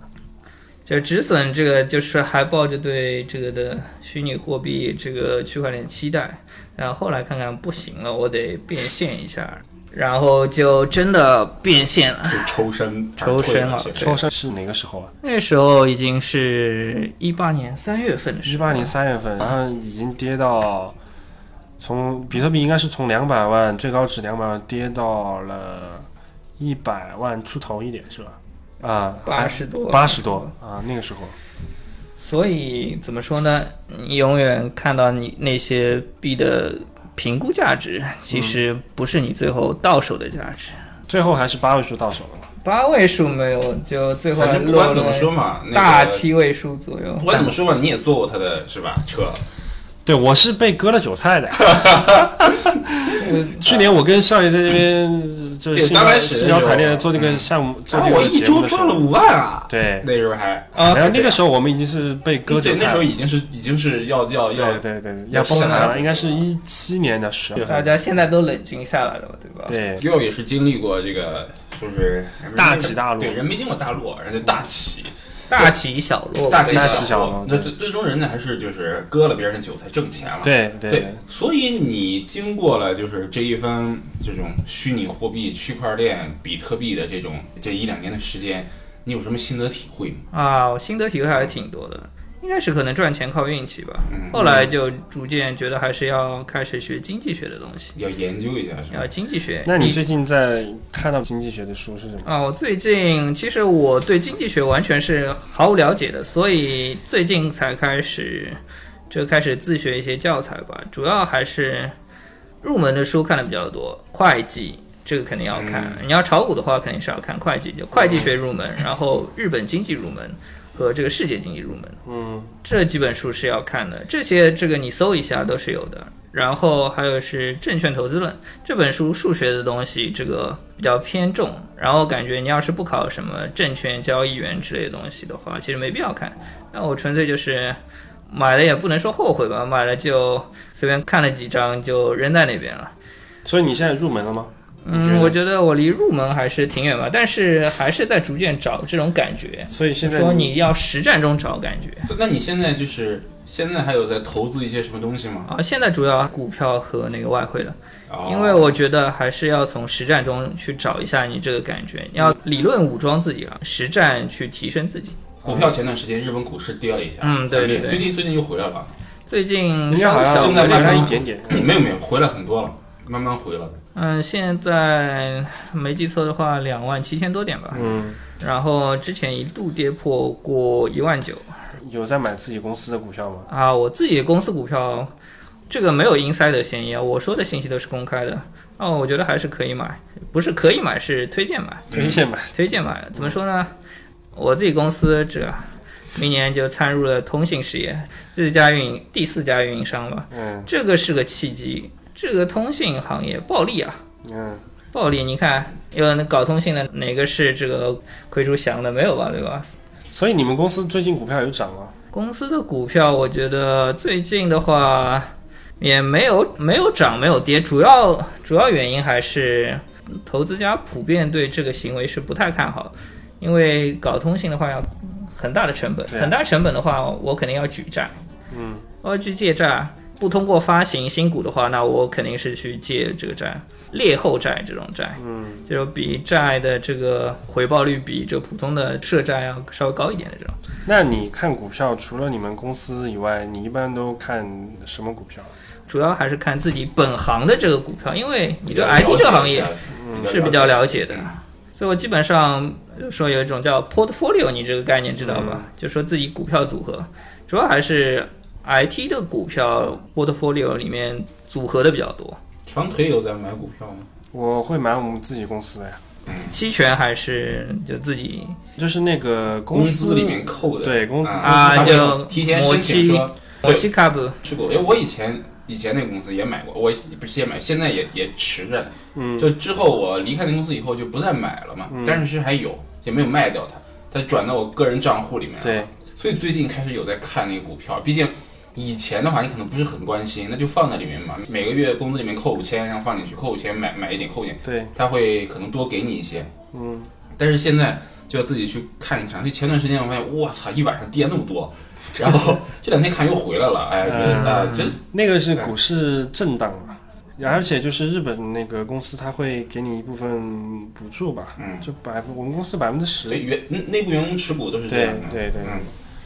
Speaker 3: 就止损这个，就是还抱着对这个的虚拟货币这个区块链期待，然后后来看看不行了，我得变现一下，然后就真的变现了。
Speaker 1: 就抽身啊
Speaker 3: 抽身了
Speaker 1: 退
Speaker 3: 对
Speaker 2: 抽身是哪个时候啊？
Speaker 3: 那时候已经是一八年三月份的
Speaker 2: 一
Speaker 3: 时候，
Speaker 2: 八年三月份，然后已经跌到从比特币应该是从两百万最高值两百万跌到了一百万出头一点是吧？啊，
Speaker 3: 八十多，
Speaker 2: 八十多啊，那个时候
Speaker 3: 所以怎么说呢？你永远看到你那些币的评估价值，
Speaker 2: 嗯
Speaker 3: 其实不是你最后到手的价值。
Speaker 2: 最后还是八位数到手了嘛。
Speaker 3: 八位数没有，就最后
Speaker 1: 反正不管怎么说嘛，那个
Speaker 3: 大七位数左右。
Speaker 1: 不管怎么说嘛，你也坐过他的是吧车？
Speaker 2: 对，我是被割了韭菜的。 去年我跟少爷在这边就
Speaker 1: 嗯
Speaker 2: 是
Speaker 1: 对
Speaker 2: 兴
Speaker 1: 刚
Speaker 2: 高
Speaker 1: 开始
Speaker 2: 兴高采烈地
Speaker 1: 有
Speaker 2: 做这个项目，做
Speaker 1: 然后嗯啊
Speaker 2: 这
Speaker 1: 我
Speaker 2: 个
Speaker 1: 一
Speaker 2: 节目
Speaker 1: 周
Speaker 2: 的时
Speaker 1: 赚了
Speaker 2: 候，
Speaker 1: 五万啊！
Speaker 2: 对，
Speaker 1: 那时候还
Speaker 3: 啊
Speaker 2: 然后那个时候我们已经是被割
Speaker 1: 对
Speaker 2: 韭，
Speaker 1: 那
Speaker 2: 菜
Speaker 1: 时候
Speaker 2: 了。
Speaker 1: 已经是已经是要要要
Speaker 2: 对对对，要崩
Speaker 1: 下
Speaker 2: 盘
Speaker 1: 来
Speaker 2: 了，应该是一七年的十月
Speaker 3: 大
Speaker 2: 份。
Speaker 3: 家现在都冷静下来了，对吧？，
Speaker 2: 对，
Speaker 1: 六也是经历过这个，就是
Speaker 2: 大起大落
Speaker 1: 对，人没经过大落，人家大起
Speaker 3: 大起小落吧，
Speaker 1: 大起
Speaker 2: 大起小落
Speaker 1: 那
Speaker 2: 对
Speaker 1: 最最终人呢还是就是割了别人的韭菜挣钱了。
Speaker 2: 对
Speaker 1: 对
Speaker 2: 对，
Speaker 1: 所以你经过了就是这一番这种虚拟货币、区块链、比特币的这种这一两年的时间，你有什么心得体会吗？
Speaker 3: 啊，我心得体会还是挺多的。应该是可能赚钱靠运气吧，
Speaker 1: 嗯
Speaker 3: 后来就逐渐觉得还是要开始学经济学的东西，
Speaker 1: 要研究一下是吧
Speaker 3: 要？经济学。
Speaker 2: 那你最近在看到经济学的书是什么？
Speaker 3: 啊，我最近其实我对经济学完全是毫无了解的，所以最近才开始就开始自学一些教材吧，主要还是入门的书看的比较多，会计。这个肯定要看，你要炒股的话，肯定是要看会计，就会计学入门，然后日本经济入门和这个世界经济入门。
Speaker 2: 嗯，
Speaker 3: 这几本书是要看的，这些这个你搜一下都是有的。然后还有是《证券投资论》这本书，数学的东西这个比较偏重，然后感觉你要是不考什么证券交易员之类的东西的话，其实没必要看。那我纯粹就是买了也不能说后悔吧，买了就随便看了几章就扔在那边了。
Speaker 2: 所以你现在入门了吗？
Speaker 3: 嗯，我觉得我离入门还是挺远吧，但是还是在逐渐找这种感觉。
Speaker 2: 所以现在
Speaker 3: 说你要实战中找感觉。
Speaker 1: 那你现在就是现在还有在投资一些什么东西吗？
Speaker 3: 啊，现在主要股票和那个外汇了，
Speaker 1: 哦
Speaker 3: 因为我觉得还是要从实战中去找一下你这个感觉，你要理论武装自己啊，实战去提升自己。
Speaker 1: 股票前段时间日本股市跌了一下，
Speaker 3: 嗯对
Speaker 1: 很厉害
Speaker 3: 对对
Speaker 1: 最近最近又回来了，
Speaker 3: 最近
Speaker 2: 人家
Speaker 3: 稍
Speaker 2: 好
Speaker 3: 微
Speaker 2: 像
Speaker 3: 小
Speaker 1: 正在
Speaker 2: 回
Speaker 1: 慢
Speaker 2: 来
Speaker 1: 慢
Speaker 2: 一点点。
Speaker 1: 没有没有回来很多了，慢慢回来了。
Speaker 3: 嗯，现在没记错的话，两万七千多点吧。
Speaker 2: 嗯，
Speaker 3: 然后之前一度跌破过一万九
Speaker 2: 有在买自己公司的股票吗？
Speaker 3: 啊，我自己的公司股票，这个没有 inside 的嫌疑啊，我说的信息都是公开的。哦，我觉得还是可以买，不是可以买，是推荐买。
Speaker 2: 推荐买。
Speaker 3: 推荐吧，怎么说呢？我自己公司这明年就参入了通信事业，自家运营第四家运营商吧，
Speaker 2: 嗯
Speaker 3: 这个是个契机。这个通信行业暴利啊，
Speaker 2: 嗯，
Speaker 3: 暴利！你看，有那搞通信的哪个是这个亏出翔的？没有吧，对吧？
Speaker 2: 所以你们公司最近股票有涨吗？
Speaker 3: 公司的股票，我觉得最近的话也没有没有涨，没有跌，主要主要原因还是投资家普遍对这个行为是不太看好，因为搞通信的话要很大的成本，
Speaker 2: 对啊
Speaker 3: 很大成本的话，我肯定要举债，
Speaker 2: 嗯，
Speaker 3: 我要去借债。不通过发行新股的话，那我肯定是去借这个债，劣后债这种债，
Speaker 2: 嗯，
Speaker 3: 就是比债的这个回报率比这普通的社债要稍微高一点的这种。
Speaker 2: 那你看股票，除了你们公司以外，你一般都看什么股票？
Speaker 3: 主要还是看自己本行的这个股票，因为你对
Speaker 1: 了解
Speaker 3: IT 这个行业
Speaker 1: 一下
Speaker 3: 是比较了解的，所以我基本上说有一种叫 portfolio，你这个概念知道吧？就说自己股票组合，主要还是 IT 的股票 portfolio 里面组合的比较多，
Speaker 1: 长腿有在买股票吗？
Speaker 2: 我会买我们自己公司的呀，
Speaker 3: 期权还是就自己
Speaker 2: 就是那个
Speaker 1: 公
Speaker 2: 司
Speaker 1: 司里面扣的
Speaker 2: 对公
Speaker 3: 啊
Speaker 1: 他会
Speaker 3: 就
Speaker 1: 提前申请
Speaker 3: 摩
Speaker 1: 说
Speaker 3: 我
Speaker 1: 对
Speaker 3: 期 cup
Speaker 1: 持股，因为我以前以前那个公司也买过，我不是也买，现在也也持着呢。
Speaker 2: 嗯
Speaker 1: 就之后我离开那公司以后就不再买了嘛，
Speaker 2: 嗯
Speaker 1: 但是还有，也没有卖掉它，它转到我个人账户里面。
Speaker 2: 对，
Speaker 1: 所以最近开始有在看那个股票，毕竟以前的话你可能不是很关心，那就放在里面嘛，每个月工资里面扣五千，然后放进去，扣五千买买一点，扣一点，
Speaker 2: 对，
Speaker 1: 它会可能多给你一些。
Speaker 2: 嗯，
Speaker 1: 但是现在就要自己去看一看。所以前段时间我发现，我操，一晚上跌那么多，然 后这两天看又回来了，哎，觉得
Speaker 2: 嗯
Speaker 1: 啊，觉得
Speaker 2: 那个是股市震荡嘛，而且就是日本那个公司，它会给你一部分补助吧，
Speaker 1: 嗯
Speaker 2: 就百我们公司百分之十，
Speaker 1: 对员内内部员工持股都是这样
Speaker 2: 对
Speaker 1: 的，
Speaker 2: 对对，
Speaker 1: 嗯，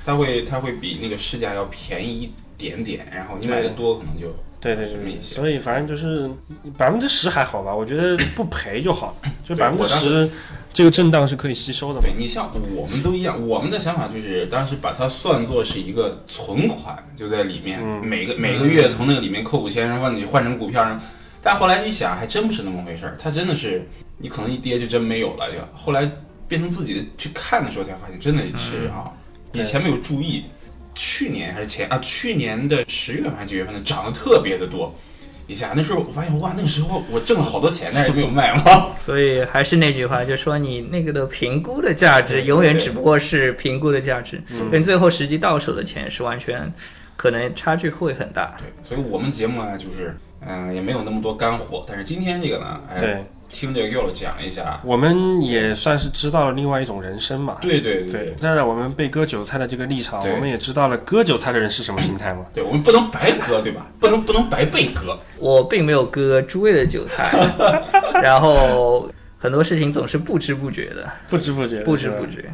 Speaker 1: 它会它会比那个市价要便宜一点点，然后你买的多可能就
Speaker 2: 对对
Speaker 1: 这么
Speaker 2: 对，
Speaker 1: 一些
Speaker 2: 所以反正就是百分之十还好吧，我觉得不赔就好，就百分之
Speaker 1: 我当
Speaker 2: 十这个震荡是可以吸收的嘛
Speaker 1: 对。你像我们都一样，我们的想法就是当时把它算作是一个存款，就在里面，
Speaker 2: 嗯
Speaker 1: 每个每个月从那个里面扣五千，然后你换成股票，然后但后来一想，还真不是那么回事儿，它真的是你可能一跌就真没有了，就后来变成自己的去看的时候才发现，真的是啊，
Speaker 2: 嗯对
Speaker 1: 以前没有注意，去年还是前啊，去年的十月份还是九月份的涨得特别的多。一下，那时候我发现哇，那个时候我挣了好多钱，但是也没有卖嘛。
Speaker 3: 所以还是那句话，就说你那个的评估的价值永远只不过是评估的价值，跟最后实际到手的钱是完全可能差距会很大。
Speaker 1: 对，所以我们节目呢，就是嗯、也没有那么多干货，但是今天这个呢，哎，
Speaker 2: 对，啊
Speaker 1: 听这个 g i l 讲了一下，
Speaker 2: 我们也算是知道了另外一种人生嘛。
Speaker 1: 对对对
Speaker 2: 对，站在我们被割韭菜的这个立场，
Speaker 1: 对
Speaker 2: 我们也知道了割韭菜的人是什么心态嘛。
Speaker 1: 对我们不能白割，对吧？不能不能白被割，
Speaker 3: 我并没有割诸位的 韭菜，然后很多事情总是不知不觉的，
Speaker 2: 不知不觉，
Speaker 3: 不知不，
Speaker 2: 啊
Speaker 3: 觉。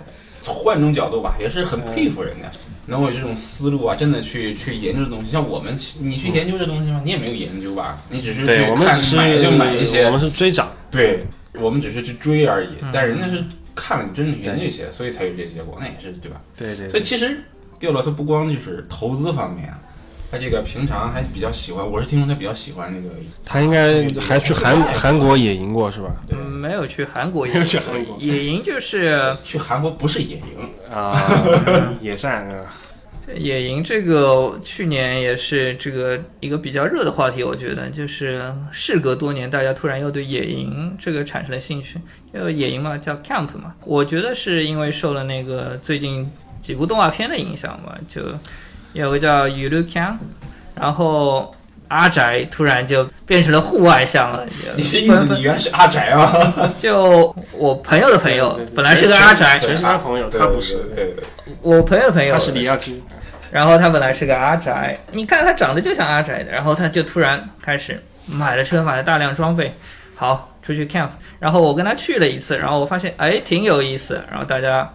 Speaker 1: 换种角度吧，也是很佩服人家、
Speaker 2: 嗯
Speaker 1: 能有这种思路啊，真的去去研究这东西。像我们，你去研究这东西吗？你也没有研究吧，你只是去
Speaker 2: 对我们
Speaker 1: 看
Speaker 2: 只是
Speaker 1: 买就买一
Speaker 2: 我
Speaker 1: 些
Speaker 2: 们，嗯是追涨。
Speaker 1: 对我们只是去追而已。但人家是看了你真的去研究一些，所以才有这些结果，那也是对吧？
Speaker 2: 对对
Speaker 1: 所以
Speaker 2: 对，
Speaker 1: 其实 Gil 他不光就是投资方面啊，他这个平常还比较喜欢，我是听说他比较喜欢那个，
Speaker 2: 他应该还去韩韩国也赢过 是吧？
Speaker 1: 对
Speaker 3: 嗯，没有去韩国野
Speaker 2: 没有去
Speaker 3: 营
Speaker 2: 韩国，
Speaker 3: 野营就是
Speaker 1: 去韩国不是野营，
Speaker 2: 啊， 野战啊，
Speaker 3: 野营这个去年也是这个一个比较热的话题，我觉得就是事隔多年，大家突然又对野营这个产生了兴趣。就野营嘛，叫 camp 嘛，我觉得是因为受了那个最近几部动画片的影响嘛，就有个叫 Yulu Camp，然后阿宅突然就变成了户外向了，
Speaker 1: 你是意
Speaker 3: 纷
Speaker 1: 思
Speaker 3: 纷
Speaker 1: 你原来是阿宅吗？
Speaker 3: 就我朋友的朋友
Speaker 2: 对对对
Speaker 3: 本来是个阿宅，
Speaker 2: 全是他朋友，
Speaker 1: 对
Speaker 2: 他不是，
Speaker 1: 对对，
Speaker 3: 我朋友的朋友
Speaker 2: 他是李亚军。
Speaker 3: 然后他本来是个阿宅，你看他长得就像阿宅的，然后他就突然开始买了车，买了大量装备，好出去 camp。然后我跟他去了一次，然后我发现哎挺有意思，然后大家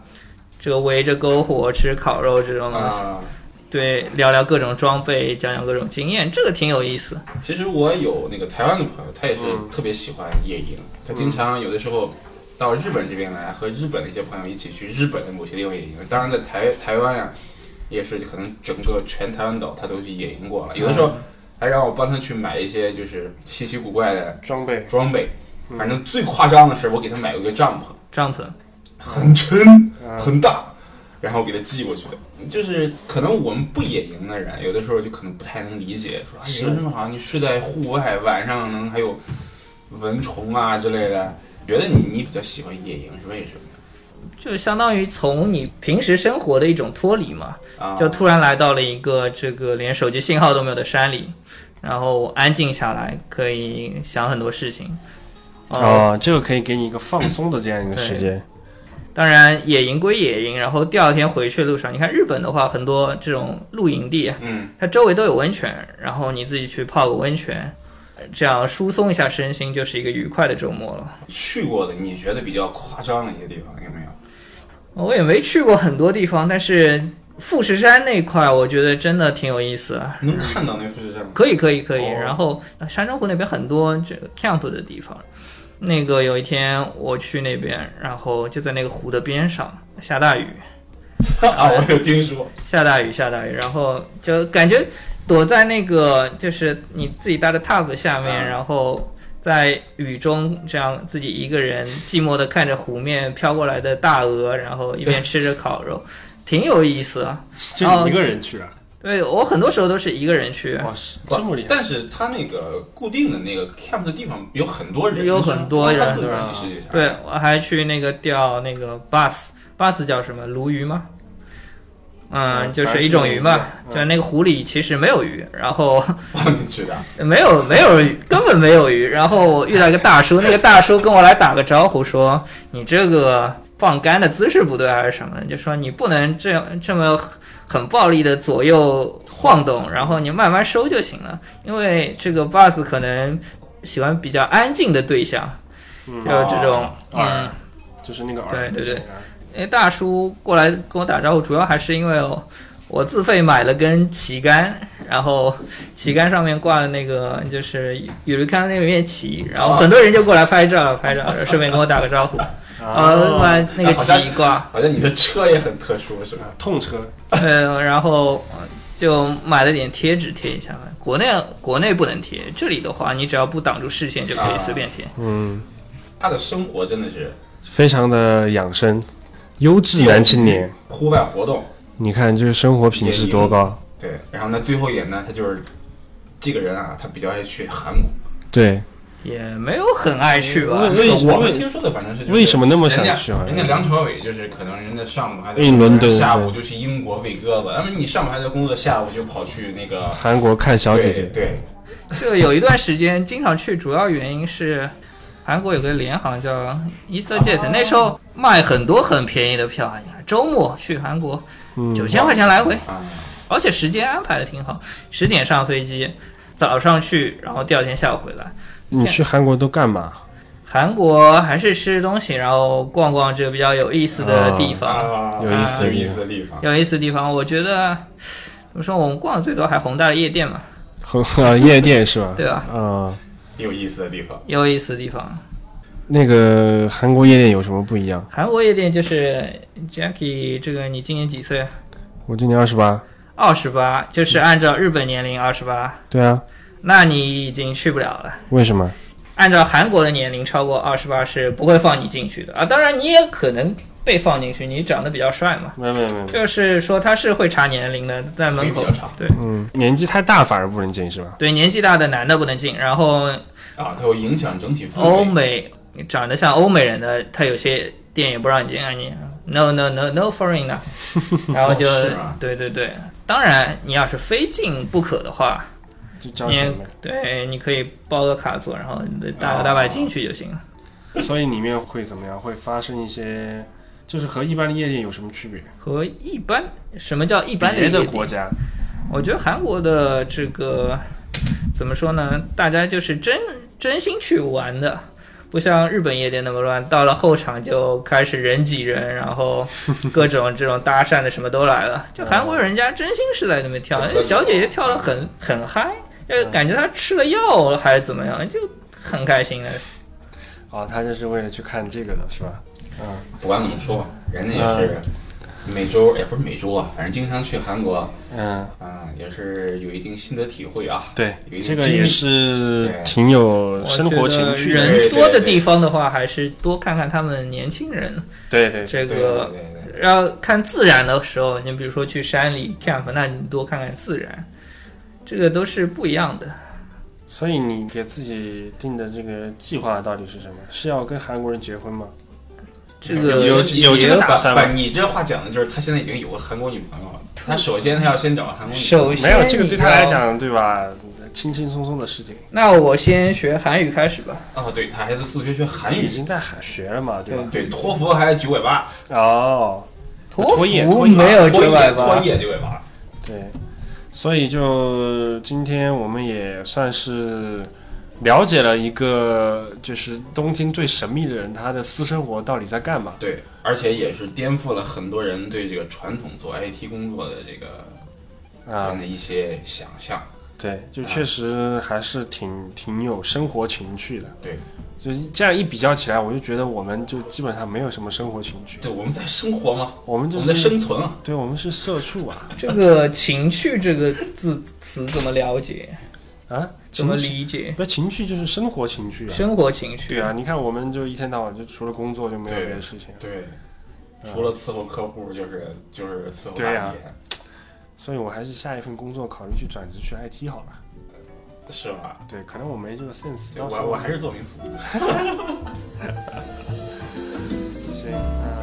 Speaker 3: 这个围着篝火吃烤肉这种东西，
Speaker 1: 啊。
Speaker 3: 对，聊聊各种装备，讲讲各种经验，这个挺有意思。
Speaker 1: 其实我有那个台湾的朋友，他也是
Speaker 2: 嗯
Speaker 1: 特别喜欢野营，他经常有的时候到日本这边来，和日本的一些朋友一起去日本的某些地方野营。当然，在台台湾呀、也是可能整个全台湾岛他都去野营过了。有的时候还让我帮他去买一些就是稀奇古怪的
Speaker 2: 装备，
Speaker 1: 装备，
Speaker 2: 嗯
Speaker 1: 反正最夸张的是我给他买过一个帐篷，
Speaker 3: 帐篷，
Speaker 1: 很沉
Speaker 2: 嗯
Speaker 1: 很大，然后给他寄过去的。就是可能我们不野营的人，有的时候就可能不太能理解，说啊，
Speaker 2: 是
Speaker 1: 野营这么好，你睡在户外，晚上能还有蚊虫啊之类的。觉得你你比较喜欢野营是为什么
Speaker 3: 就相当于从你平时生活的一种脱离嘛，
Speaker 1: 啊？
Speaker 3: 就突然来到了一个这个连手机信号都没有的山里，然后安静下来，可以想很多事情。哦，
Speaker 2: 啊哦，这个可以给你一个放松的这样一个时间。
Speaker 3: 当然野营归野营，然后第二天回去的路上，你看日本的话，很多这种露营地，
Speaker 1: 嗯，
Speaker 3: 它周围都有温泉，然后你自己去泡个温泉，这样疏松一下身心，就是一个愉快的周末了。
Speaker 1: 去过的你觉得比较夸张的一些地方有没有？
Speaker 3: 我也没去过很多地方，但是富士山那块，我觉得真的挺有意思。
Speaker 1: 能看到那富士山吗？
Speaker 3: 可以，可以，可以。
Speaker 1: 哦
Speaker 3: 然后呃山中湖那边很多这个 camp 的地方，那个有一天我去那边，然后就在那个湖的边上，下大雨，
Speaker 1: 啊，我有听说。
Speaker 3: 下大雨，下大雨，然后就感觉躲在那个就是你自己搭的榻子下面，
Speaker 1: 嗯
Speaker 3: 然后在雨中这样自己一个人寂寞的看着湖面飘过来的大鹅，然后一边吃着烤肉，挺有意思啊。
Speaker 2: 就你一个人去啊？
Speaker 3: 对我很多时候都是一个人去，
Speaker 2: 哇，是这么厉害！
Speaker 1: 但是他那个固定的那个 camp 的地方有很多人，
Speaker 3: 有很多人
Speaker 1: 他自己
Speaker 2: 对吧
Speaker 1: 实际上
Speaker 3: 对我还去那个钓那个 bus bus 叫什么鲈鱼吗？嗯，
Speaker 2: 嗯
Speaker 3: 就是一种鱼
Speaker 2: 反
Speaker 3: 嘛
Speaker 2: 正是鲈，鱼嗯
Speaker 3: 就是那个湖里其实没有鱼，然后
Speaker 1: 放进去的。
Speaker 3: 没有没有鱼，根本没有鱼。然后我遇到一个大叔，那个大叔跟我来打个招呼说：“你这个放杆的姿势不对啊还是什么？”就说你不能这样这么很暴力的左右晃动，然后你慢慢收就行了，因为这个 bus 可能喜欢比较安静的对象，
Speaker 2: 嗯
Speaker 3: 就是这种
Speaker 2: 饵
Speaker 3: 嗯
Speaker 2: 就是那个饵，
Speaker 3: 对对对，因为哎大叔过来跟我打招呼，主要还是因为我我自费买了根旗杆，然后旗杆上面挂了那个就是雨林康那面旗，然后很多人就过来拍照拍照，顺便跟我打个招呼。呃，
Speaker 2: 啊，
Speaker 3: 把那个旗挂，
Speaker 1: 哦好像你的车也很特殊，是吧？
Speaker 2: 痛车，
Speaker 3: 嗯，然后呃就买了点贴纸贴一下嘛。国内国内不能贴，这里的话你只要不挡住视线就可以随便
Speaker 1: 啊
Speaker 3: 贴。
Speaker 2: 嗯，
Speaker 1: 他的生活真的是
Speaker 2: 非常的养生，优质男青年，
Speaker 1: 户外活动，
Speaker 2: 你看这个生活品质多高？
Speaker 1: 对。然后呢，最后一点呢，他就是这个人啊，他比较爱去韩国。啊
Speaker 2: 对，
Speaker 3: 也没有很爱去吧。
Speaker 2: 为什
Speaker 1: 我
Speaker 2: 么
Speaker 1: 们听说的反正是就是
Speaker 2: 为什么那么想去
Speaker 1: 人
Speaker 2: 啊
Speaker 1: 家人家梁朝伟就是可能人家上午还在
Speaker 2: 嗯伦敦
Speaker 1: 下午就去英国喂鸽子，那么你上午还在工作，下午就跑去那个
Speaker 2: 韩国看小姐姐
Speaker 1: 对，对，
Speaker 3: 就有一段时间经常去，主要原因是韩国有个联航叫 EasterJet，、那时候卖很多很便宜的票，哎呀，周末去韩国
Speaker 2: 嗯，
Speaker 3: 九千块钱来回，
Speaker 1: 啊，
Speaker 3: 而且时间安排的挺好，十点上飞机，早上去，然后第二天下午回来。
Speaker 2: 你去韩国都干嘛？
Speaker 3: 韩国还是吃东西，然后逛逛这个比较有意思的地方。
Speaker 1: 啊
Speaker 2: 有意思
Speaker 1: 有意思的地方。
Speaker 3: 有意思的地方，我觉得怎么说，我们逛的最多还宏大的夜店嘛，
Speaker 2: 和和夜店是吧？
Speaker 3: 对吧？
Speaker 2: 啊，
Speaker 1: 有意思的地方。
Speaker 3: 有意思的地方。
Speaker 2: 那个韩国夜店有什么不一样？
Speaker 3: 韩国夜店就是 Jackie，这个你今年几岁啊？
Speaker 2: 我今年二十八，
Speaker 3: 二十八，就是按照日本年龄二十八，
Speaker 2: 对啊，
Speaker 3: 那你已经去不了了。
Speaker 2: 为什么？
Speaker 3: 按照韩国的年龄，超过二十八是不会放你进去的啊。当然，你也可能被放进去，你长得比较帅嘛。
Speaker 2: 没有没有没有，
Speaker 3: 就是说他是会查年龄的，在门口
Speaker 1: 腿比较长。
Speaker 3: 对
Speaker 2: 嗯，年纪太大反而不能进是吧？
Speaker 3: 对，年纪大的男的不能进，然后
Speaker 1: 啊，它会影响整体氛围。
Speaker 3: 欧哦美长得像欧美人的，他有些店也不让你进啊，你 no no no no foreigner，然后就、
Speaker 1: 哦是
Speaker 2: 啊
Speaker 1: 吗
Speaker 3: 对对对，当然你要是非进不可的话，
Speaker 2: 就交
Speaker 3: 你
Speaker 2: 钱
Speaker 3: 对你可以包个卡座，然后你大摇大摆进去就行了。
Speaker 2: 呗。所以里面会怎么样？会发生一些，就是和一般的夜店有什么区别？
Speaker 3: 和一般什么叫一般的
Speaker 2: 别
Speaker 3: 夜
Speaker 2: 的
Speaker 3: 店？
Speaker 2: 国家，
Speaker 3: 我觉得韩国的这个怎么说呢？大家就是真真心去玩的，不像日本夜店那么乱。到了后场就开始人挤人，然后各种这种搭讪的什么都来了。就韩国人家真心是在那边跳，
Speaker 1: 嗯
Speaker 3: 小姐姐跳的很很嗨，就感觉她吃了药还是怎么样，就很开心的。
Speaker 2: 哦，他就是为了去看这个的是吧？嗯，
Speaker 1: 不管怎么说，人家也是
Speaker 3: 嗯
Speaker 1: 每周，也不是每周啊，反正经常去韩国，
Speaker 2: 嗯，
Speaker 1: 啊，也是有一定心得体会啊。
Speaker 2: 对
Speaker 1: 有一，
Speaker 2: 这
Speaker 1: 点
Speaker 2: 个
Speaker 1: 经历
Speaker 2: 也是
Speaker 1: 对
Speaker 2: 挺有
Speaker 3: 我
Speaker 2: 生活
Speaker 3: 觉得
Speaker 2: 情趣的。
Speaker 3: 人多
Speaker 1: 对对
Speaker 3: 的
Speaker 1: 对
Speaker 3: 地方的话，还是多看看他们年轻人
Speaker 2: 对对，啊
Speaker 3: 这
Speaker 1: 对对
Speaker 3: 个。
Speaker 1: 对对，
Speaker 3: 要看自然的时候，你比如说去山里 camp，那你多看看自然，这个都是不一样的。
Speaker 2: 所以你给自己定的这个计划到底是什么？是要跟韩国人结婚吗？
Speaker 3: 这个
Speaker 2: 有有这个打算吗
Speaker 1: 不，你这话讲的就是他现在已经有个韩国女朋友了。他首先他要先找个韩国女朋友。
Speaker 3: 首
Speaker 2: 没有，
Speaker 3: 先
Speaker 2: 这个
Speaker 3: 你
Speaker 2: 对他
Speaker 3: 要
Speaker 2: 来，讲，对吧？轻轻松松的事情，
Speaker 3: 那我先学韩语开始吧。
Speaker 1: 啊，对，他还是自学学韩
Speaker 2: 已
Speaker 1: 语，
Speaker 2: 经在海学了嘛，
Speaker 3: 嗯
Speaker 2: 对吧？
Speaker 1: 对，托福还九啊百八，
Speaker 2: 哦，
Speaker 3: 托
Speaker 2: 托业
Speaker 3: 福
Speaker 2: 托业
Speaker 3: 没有
Speaker 1: 托
Speaker 3: 九百
Speaker 1: 业托
Speaker 3: 八，
Speaker 1: 业九百八，
Speaker 2: 对，所以就今天我们也算是了解了一个，就是东京最神秘的人，他的私生活到底在干嘛。
Speaker 1: 对，而且也是颠覆了很多人对这个传统做 IT 工作的这个
Speaker 2: 啊、
Speaker 1: 人的一些想象。
Speaker 2: 对，
Speaker 3: 啊
Speaker 2: 就确实还是挺挺有生活情趣的。
Speaker 1: 对，
Speaker 2: 就是这样一比较起来，我就觉得我们就基本上没有什么生活情趣，
Speaker 1: 对，我们在生活嘛，
Speaker 2: 我们
Speaker 1: 我
Speaker 2: 就
Speaker 1: 们在
Speaker 2: 是
Speaker 1: 生存啊。
Speaker 2: 对，我们是社畜啊
Speaker 3: 这个“情趣”这个字词怎么了解？
Speaker 2: 啊，
Speaker 3: 怎么
Speaker 2: 情趣？
Speaker 3: 理解？
Speaker 2: 不，情趣就是生活情趣啊。
Speaker 3: 生活情趣。
Speaker 2: 对啊，你看我们就一天到晚就除了工作就没有别的事情。啊
Speaker 1: 对，除了伺候客户，就是就是伺候
Speaker 2: 对
Speaker 1: 大
Speaker 2: 呀
Speaker 1: 爷，
Speaker 2: 所以我还是下一份工作考虑去转职去 IT 好了。
Speaker 1: 是吧？
Speaker 2: 对，可能我没这个 sense，
Speaker 1: 对
Speaker 2: 到时
Speaker 1: 我
Speaker 2: 候
Speaker 1: 我还是做民宿。
Speaker 2: 行。那啊